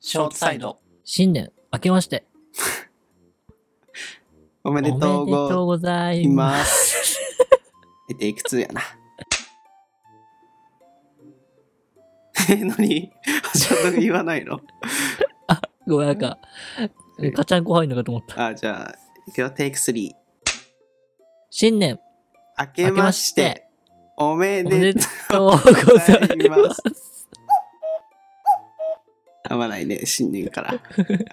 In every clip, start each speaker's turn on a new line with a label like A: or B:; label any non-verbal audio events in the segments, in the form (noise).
A: ショートサイド。
B: 新年、明けまして。
A: おめでとう
B: おめでとう
A: ご
B: ござ
A: ざ
B: い
A: い
B: ます。
A: ます。出ていくつやな。え、なに橋本君言わないの
B: ごめん、なんか、
A: え
B: ガチャンコ入んのかと思った。
A: あ、じゃあ、いくよ、テイク3。
B: 新年、
A: 明けまして、
B: 明けまして
A: おめ
B: おめ
A: で
B: で
A: と
B: とうござ
A: ござい
B: い
A: ま
B: ます
A: す。う。合わないね、新年から。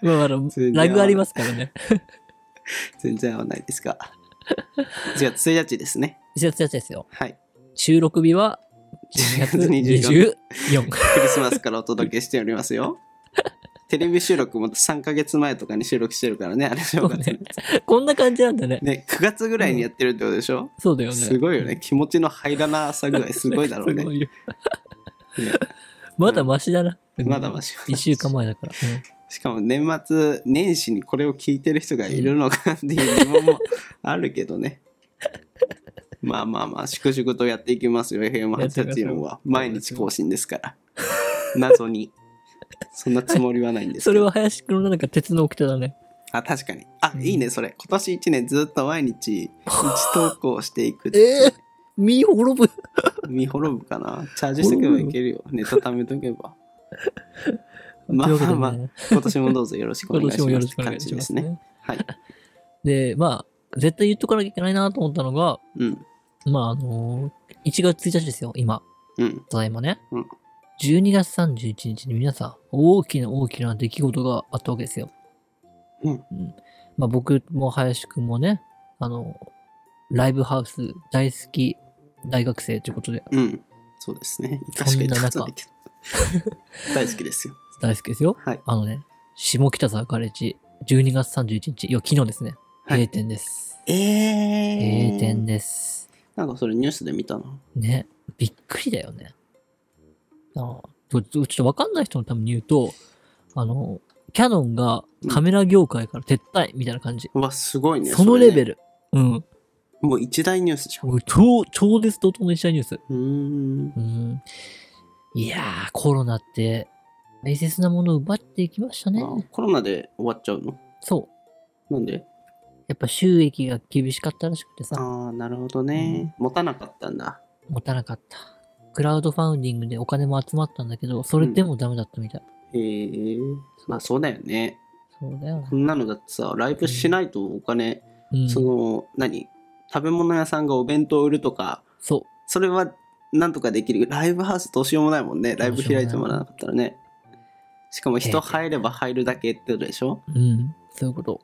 B: まあ、あの
A: 全然合わない
B: ラグありますからね。
A: 全然合わないですが。じゃあ、1日ですね。
B: 1月1日ですよ。
A: はい。
B: 収録日は、1
A: 10月
B: 月24。
A: (laughs) クリスマスからお届けしておりますよ。テレビ収録も3ヶ月前とかに収録してるからね、あれ正月
B: そうねこんな感じなんだね。
A: ね、9月ぐらいにやってるってことでしょ、
B: そうだよね。
A: すごいよね。気持ちの入らなさ具合すごいだろう
B: (laughs)
A: ね
B: す。ごいよ
A: ね
B: まだマシだな。
A: まだまし。
B: 1週間前だから。うん
A: しかも年末年始にこれを聞いてる人がいるのかっていう疑問もあるけどね。 (laughs) まあまあまあ、粛々とやっていきますよ、FM884 は。毎日更新ですから。謎に。そんなつもりはないんですけど
B: それは林くんのなんか鉄の掟だね。
A: あ、確かに。あ、
B: うん。
A: いいね、それ。今年1年ずっと毎日、1投稿していく
B: ええ身滅ぶ。
A: 見滅ぶかな。チャージしとけばいけ
B: (laughs)
A: るよ。ネタ貯めとけば。まあまあまあ
B: というわけでね、
A: 今年もどうぞよろしくお
B: 今
A: 願いし
B: 年
A: ます。
B: もよろしくお願い
A: って
B: し
A: 感じで
B: ますす
A: ね。
B: ね。
A: はい。
B: で、まあ、絶対言っとかなきゃいけないなと思ったのが、
A: うん。
B: まあ、あのー1月1日ですよ、今。
A: うん。
B: ただいまね。
A: うん
B: 12月31日に皆さん、大きな大きな出来事があったわけですよ。
A: うん
B: まあ、僕も林くんもね、あのライブハウス大好き大学生ということで、
A: うん。そうですね。確
B: そ
A: か
B: ん
A: に
B: な
A: た
B: 中
A: ことないけ
B: (laughs)
A: ど。大好きですよ。
B: 大好きですよ。
A: はい。
B: あのね、下北沢カレッジ、12月31日、いや、昨日ですね。
A: はい
B: 閉店です。
A: えー。
B: 閉店です。
A: なんかそれニュースで見たの。
B: ね、びっくりだよね。あちょちょちょっとわかんない人のために言うと、あの、キャノンがカメラ業界から撤退みたいな感じ。
A: うわ、すごいね。
B: そのレベ
A: ル。
B: ル。うん。
A: もう一大ニュースじゃん。う
B: もう超、超絶怒涛の一社ニュース。
A: ーん。
B: うん。いやー、コロナって大切なものを奪っていきましたね。
A: あコロナで終わっちゃうの
B: そう。
A: なんで
B: やっぱ収益が厳しかったらしくてさ、
A: ああ、なるほどね。持たなかったんだ。
B: 持たなかった。クラウドファウンディングでお金も集まったんだけど、それでもダメだったみたい。
A: へえ。まあそうだよね。
B: そうだよね
A: こ。んなのだってさ、ライブしないとお金、
B: うん。
A: その、何食べ物屋さんがお弁当を売るとか、
B: そう。
A: それはなんとかできる。ライブハウスどうしようもないもんね。ライブ開いてもらわなかったらね。しかも人入れば入るだけってことでしょ
B: うん、そういうこと。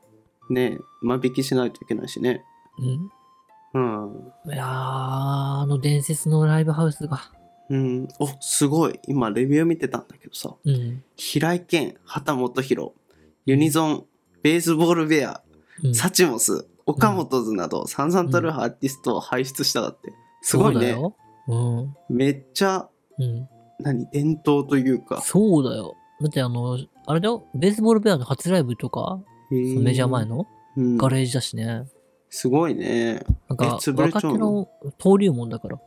A: ねえ万引きしないといけないしね。
B: うん。
A: うん。
B: いやー、あの伝説のライブハウスが。
A: うん。お、すごい。今、レビュー見てたんだけどさ。
B: うん。
A: 平井堅、畑元博、ユニゾン、ベースボールベア、
B: うん、
A: サチモス、岡本図など、さんざんたるアーティストを輩出しただって。すごい
B: そうだ
A: ね。
B: よ。うん。
A: めっちゃ、
B: うん。
A: 何、伝統というか。
B: そうだよ。だってあの、あれだよ、ベースボールベアの初ライブとか、
A: へ
B: そのメジャー前の
A: うん
B: ガレージだしね。
A: すごいね。
B: なんか、
A: え潰れちゃ
B: 若
A: う
B: 手
A: の
B: の登竜門だから、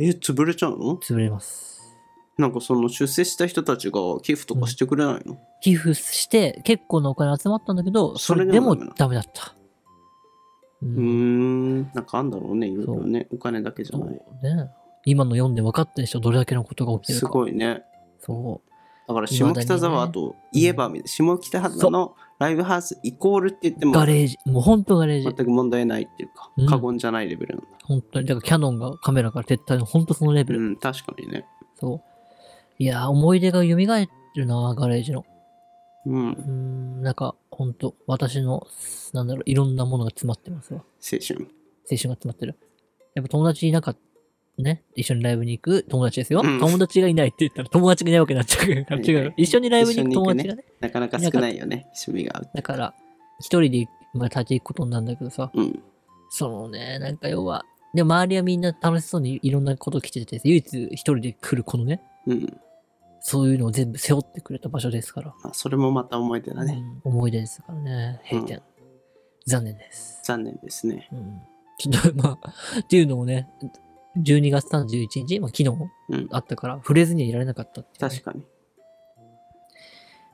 A: え、潰れちゃうの
B: 潰れます。
A: なんかその出世した人たちが寄付とかしてくれないの、
B: 寄付して、結構なお金集まったんだけど、そ
A: そ
B: れ
A: れ
B: で
A: でも
B: もダメだった。う
A: うー
B: ん。
A: ん、なんかあんだろうね、いろいろね。お金だけじゃ
B: そう
A: ない。
B: ね。今の読んで分かったでしょ、どれだけのことが起きてる
A: す
B: か。
A: ごいね。
B: そ
A: だから
B: 未だ
A: 下
B: にね
A: 北沢と言えば、下北沢のライブハウスイコールって言って
B: う。
A: も
B: ガレージ。もう本当ガレージ。
A: 全く問題ないっていうか
B: うん、
A: 過言じゃないレベルなんだ。
B: 本当に、だからキャノンがカメラから撤退の本当そのレベ
A: う
B: ル。
A: ん、確かにね。
B: そう。いやー、思い出が蘇るな、ガレージの。
A: う、
B: うんーん、なんか、本当私の、なんだろう、いろんなものが詰まってますわ。
A: 青春。
B: 青春が詰まってる。やっぱ友達いなかった、ね。一緒にライブに行く友達ですよ。
A: うん
B: 友達がいないって言ったら友達がいないわけになっちゃうから。
A: はい
B: 違う。一緒にライブに行く
A: 一緒に行
B: 友
A: くね
B: 達がね。
A: なかなか少ないよね、趣味が合う。
B: だから、一人で、まあ、立ち行くことになるんだけどさ、
A: うん、
B: そのね、なんか要は、でも周りはみんな楽しそうにいろんなこと来てて、唯一一人で来るこのね、
A: うん。
B: そういうのを全部背負ってくれた場所ですから。
A: まあ、それもまた思い出だね。
B: うん思い出ですからね、閉店。残念です。
A: 残念ですね。
B: うん、ちょっと、まあ、っていうのもね、12月31日、まあ、昨日
A: うん、
B: あったから、触れずにはいられなかったっていうね、
A: 確かに。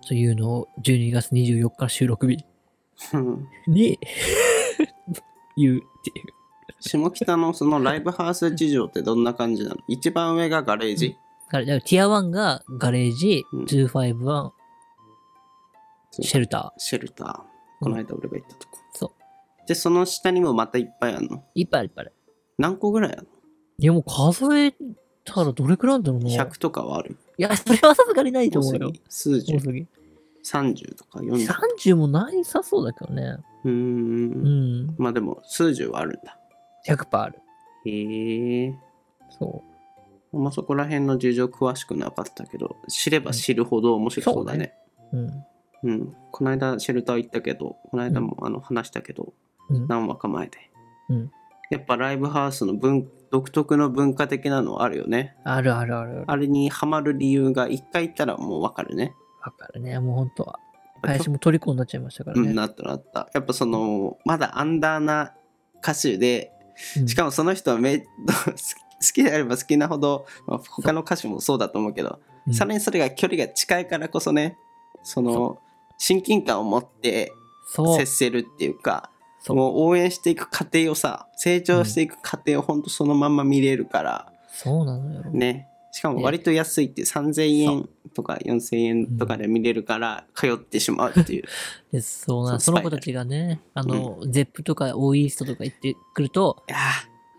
B: というのを12月24日収録日
A: うん (laughs)
B: に言うっていう。
A: 下北のそのライブハウス事情ってどんな感じなの一番上がガレージ
B: ガレだからティア1がガレージ、
A: うん
B: 251、シェルタ
A: シェルターこの間俺が行ったとこ、
B: そう
A: でその下にもまたいっぱいあるの
B: ー。いっぱいあるいっぱいある。
A: 何個ぐらいある
B: いやもう数えたらどれくらいあるんだろう
A: の
B: な。い
A: ?100 とかはある
B: や、それはさすがにないと
A: 多
B: 思
A: す
B: うよ
A: ぎ。数十
B: 多すぎ。
A: 30とか40
B: 30もないさそうだけどね。
A: うー
B: うんん。
A: まあでも数十はあるんだ
B: 100%ある。
A: へえ
B: そ
A: あんまそこら辺の事情詳しくなかったけど知れば知るほど面白そうだね
B: う。うん。
A: うん、この間シェルター行ったけどこの間もあの話したけど、
B: うん
A: 何話か前で、
B: うん
A: やっぱライブハウスの文独特の文化的なのあるよね
B: あるあるある。
A: あれにハマる理由が一回行ったらもう分かるね
B: わかるね。もう本当は。
A: やっぱ
B: 林も虜になっちゃいましたから
A: う
B: ね。
A: んなったなったやっぱそのまだアンダーな歌手で
B: うん
A: しかもその人はめ (laughs) 好きであれば好きなほど、まあ他の歌手もそうだと思うけど、
B: うん
A: さらにそれが距離が近いからこそねその親近感を持って
B: そう
A: 接。せるっていうか
B: そう。
A: もう応援していく過程をさ成長していく過程をほんとそのまんま見れるから、
B: そうなのよ。
A: ねしかも割と安いって3000円とか4000円とかで見れるから通ってしまうっていう、
B: (laughs) でそうな
A: そう
B: その子たちがね、あの、ゼップとかオーイーストとか行ってくると、
A: いや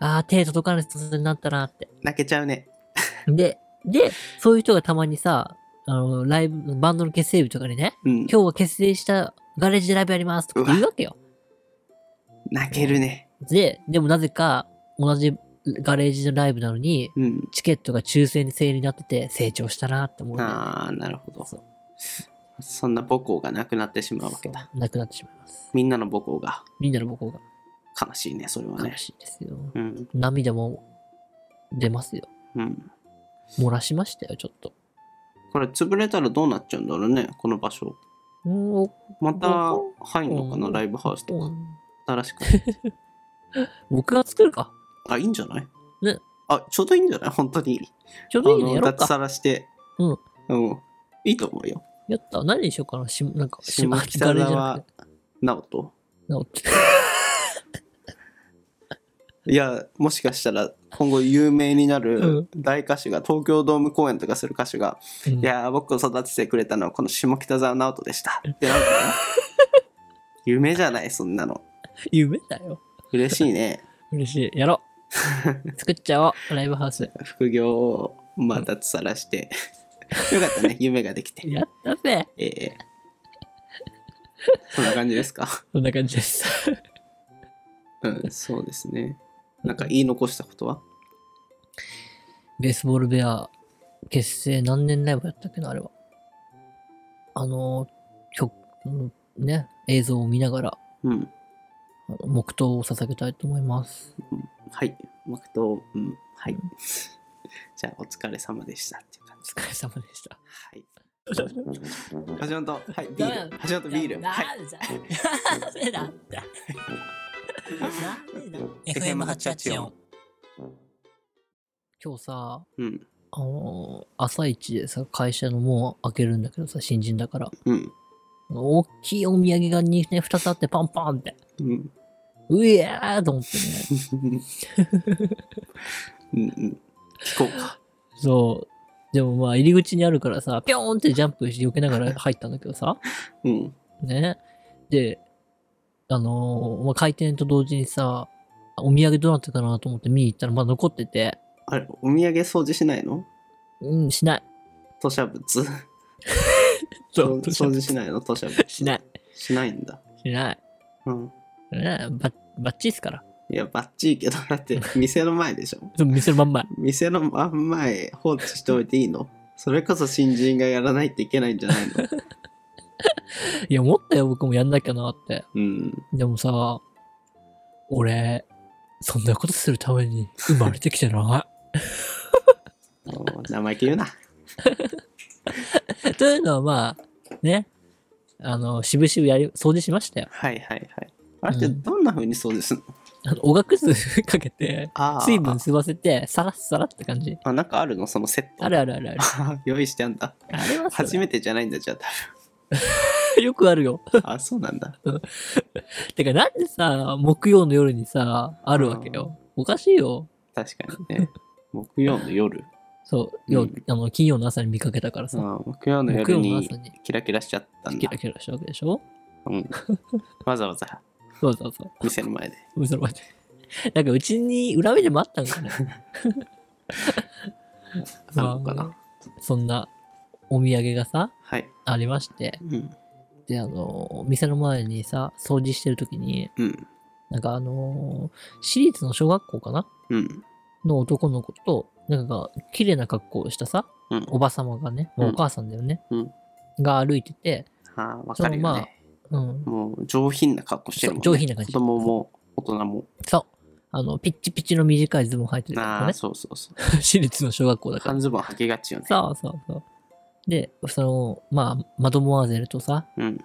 B: ああ、手届かない人になったなって。
A: ー泣けちゃうね
B: で、で、そういう人がたまにさ、あの、ライブ、バンドの結成日とかにね、
A: うん
B: 今日は結成したガレージでライブやりますとかって言うわけよ。
A: 泣けるね
B: で、でもなぜか、同じガレージのライブなのに、
A: うん
B: チケットが抽選制になってて成長したなって思うね、
A: ああなるほど
B: そう
A: そんな母校がなくなってしまうわけだ
B: そうなくなってしまいます。
A: みんなの母校が
B: みんなの母校が
A: 悲しいねそれはね
B: 悲しいですよ。
A: うん
B: 涙も出ますよ。
A: うん
B: 漏らしましたよ、ちょっと。
A: これ潰れたらどうなっちゃうんだろうねこの場所
B: うん、お
A: また入んのかな
B: うん
A: ライブハウスと
B: う
A: か
B: ん
A: 新しく
B: 僕が作るか。
A: あ、いいんじゃない
B: ね。
A: あ、ちょうどいいんじゃない本当に。
B: ちょうどいいね、
A: あ
B: や
A: の
B: ろう
A: 脱
B: か。
A: サラして。
B: うん。
A: うん。いいと思うよ。
B: やった。何にしようかな。しなんか、
A: 下
B: あ
A: 北
B: ガレージじゃな
A: 沢直
B: く
A: 人。
B: て
A: いや、もしかしたら今後有名になる大歌手が、東京ドーム公演とかする歌手が、
B: うん
A: (laughs) い
B: (laughs)
A: やー、僕を育ててくれたのはこの下北沢直人でした。ってなるかな。 (laughs) 夢じゃない、そんなの。
B: 夢だよ。
A: 嬉しいね。
B: 嬉しい。やろ (laughs) う。作っちゃおう。ライブハウス。
A: 副業を、まあ、脱サラ
B: (laughs)
A: して。よかったね、夢ができて。
B: やったぜ。
A: ええそんな感じで
B: (laughs)
A: すか
B: そんな感じです。
A: うん、そうですね。なんか言い残したことは
B: ベースボールベア、結成何年ライブやったっけな、あれは。あの、曲、うんね、映像を見ながら、
A: うん。
B: あの黙祷を捧げたいと思います。
A: はい。マクド、うん。はい。じゃあ、お疲れ様でしたっていう感
B: お
A: じ。
B: 疲れ様でした。
A: はい。橋本、はい、ビール。橋本、ビール。はい。
B: なんでなんで (laughs) なんだなんでなんだ
A: FM884
B: 今日さ、
A: うん。
B: あのー朝一でさ、会社の門開けるんだけどさ、新人だから。
A: うん。
B: 大きいお土産が 2, ね2つあってパンパンって。 (laughs)
A: うん。
B: うえーと思ってね。
A: うんうん。聞こうか。
B: そう。でもまあ入り口にあるからさ、ぴょーんってジャンプして避けながら入ったんだけどさ。
A: うん。
B: ね。で、あのーまあ、開店と同時にさ、お土産どうなってるかなと思って見に行ったら、まあ、残ってて、
A: あれ、お土産掃除しないの
B: うん、しない。
A: 吐砂物。
B: そう
A: 掃除しないの吐砂物。
B: しない。
A: しないんだ。
B: しない。
A: うん。
B: ね、ばばっちいっすから。
A: いや、バッチリけど、だって、店の前でしょ。
B: そう店のまんま。
A: 店の真ん前放置しておいていいのそれこそ新人がやらないといけないんじゃないの (laughs)
B: いや、思ったよ、僕もやんなきゃなって。
A: うん
B: でもさ、俺、そんなことするために生まれてきてな。
A: もう生意気言うない
B: (laughs) というのはまあ、ね、あの、しぶしぶやり、掃除しましたよ。
A: はいはいはいあれってどんな風に掃除するの、
B: あの、おがくずかけて、
A: ああ
B: 水分吸わせて、さらっさらって感じ。
A: あなんかあるのそのセット
B: あるあるあるある。
A: (laughs) 用意してあんだ
B: あれはさ
A: 初めてじゃないんだじゃあ多
B: よくあるよ。
A: あ、そうなんだ。
B: てか、なんでさ、木曜の夜にさ、あるわけよ。おかしいよ。
A: 確かにね。木曜の夜。
B: そう、よ
A: うん
B: あの金曜の朝に見かけたから
A: う
B: さ、
A: ん木曜の
B: 木
A: 夜
B: 曜の
A: に
B: 朝に
A: キラキラしちゃったん
B: キ
A: だ
B: ラ。キラしたわけでしょ
A: うん、わざわざ
B: そうそうそう。
A: 店の前で。
B: 嘘の前で。なんかうちに裏目でもあったんかね。
A: あるのか (laughs) な。
B: そんなお土産がさ、
A: はい。
B: ありまして。
A: うん。
B: で、あの、店の前にさ、掃除してる時に、
A: うん。
B: なんかあの、私立の小学校かな
A: うん。
B: の男の子と、なんか綺麗な格好をしたさ、
A: うん。
B: おばさまがね、まあ
A: うん
B: お母さんだよね、
A: うん
B: が歩いてて、
A: ああ、わかるよね。
B: そのまあうん、
A: もう上品な格好してるもん、ね、
B: そう上品な感じ
A: 子供も大人も。
B: そう。あの、ピッチピチの短いズボン履いてるから
A: あ
B: ね
A: あ、。そうそうそう。
B: 私立の小学校だから
A: 半。ズボン履きがちよね。
B: そうそうそう。で、その、まあ、マドモアゼルとさ、
A: うん。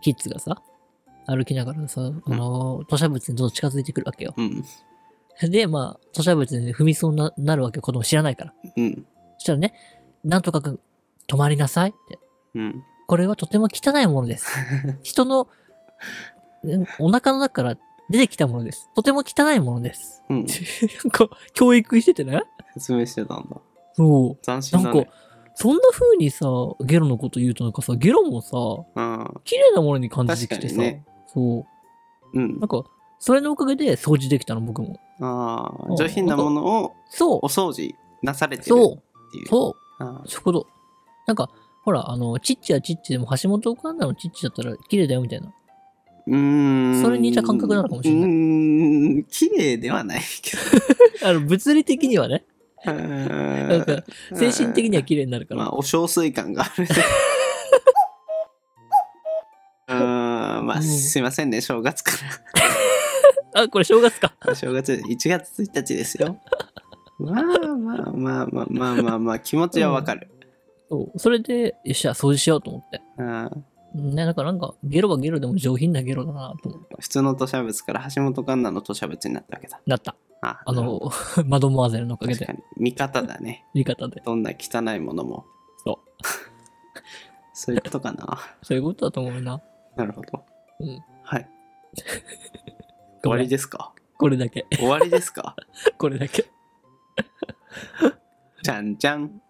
B: キッズがさ、歩きながらさ、あの、吐砂物にどんどん近づいてくるわけよ。 (laughs)
A: うん。
B: で、まあ、吐砂物に踏みそうにななるわけよ。子供知らないから。
A: うん。
B: そしたらね、なんとかくん、止まりなさいって。
A: うん。
B: これはとても汚いもの
A: (laughs)
B: です。人の、うんお腹の中から出てきたものです。とても汚いもの
A: (laughs)
B: です。
A: うん。
B: なんか、教育しててね。
A: 説明してたんだ。
B: そう。
A: 斬
B: な
A: 新
B: ん
A: だ
B: か
A: ね。、
B: そんな風にさ、ゲロのこと言うとなんかさ、ゲロもさ、
A: うん。
B: 綺麗なものに感じてきて
A: 確
B: さ、
A: かにね
B: そ
A: うん
B: う。な。んか、それのおかげで掃除できたの、僕も。
A: あ
B: う
A: あ、
B: ん
A: 上品なものを
B: そ
A: お掃除なされ
B: う、
A: てる
B: そ、
A: っていうう。
B: そ
A: あ
B: う、そういうこと。なんか、ほら、あの、チッチはチッチでも橋本環奈のチッチだったら綺麗だよみたいな。
A: うーん。
B: それに似た感覚なのかもしれないう
A: ーん。綺麗ではないけ
B: (laughs) あの、物理的にはね、
A: ど。な
B: なんか、精神的には綺麗になるから。
A: まあ、お小水感があ
B: (laughs)
A: るね。うーんま
B: う
A: あ、
B: ん
A: すいませんね、正月か
B: あ、これ正月か。
A: ら。正月、1月1日ですよ。まあまあまあまあまあまあまあ、気持ちはわかる。
B: そう、それで、よっしゃ、掃除しようと思って。
A: うん
B: ね、なんか、なんか、ゲロはゲロでも上品なゲロだなと思った。
A: 普通の土砂物から橋本環奈の土砂物になったわけだ。
B: なった。
A: あ
B: あ、の、 (laughs) マドモアゼルのおかげ
A: 確か
B: で、
A: に。味方だね。
B: 言い方で。
A: どんな汚いものも。
B: そう
A: (laughs) そういうことかな。
B: そういうことだと思うな。
A: なるほど。
B: うん
A: はい。終わりですか
B: これだけ。 (laughs)
A: 終わりですか
B: これだけ。
A: じゃんじゃん。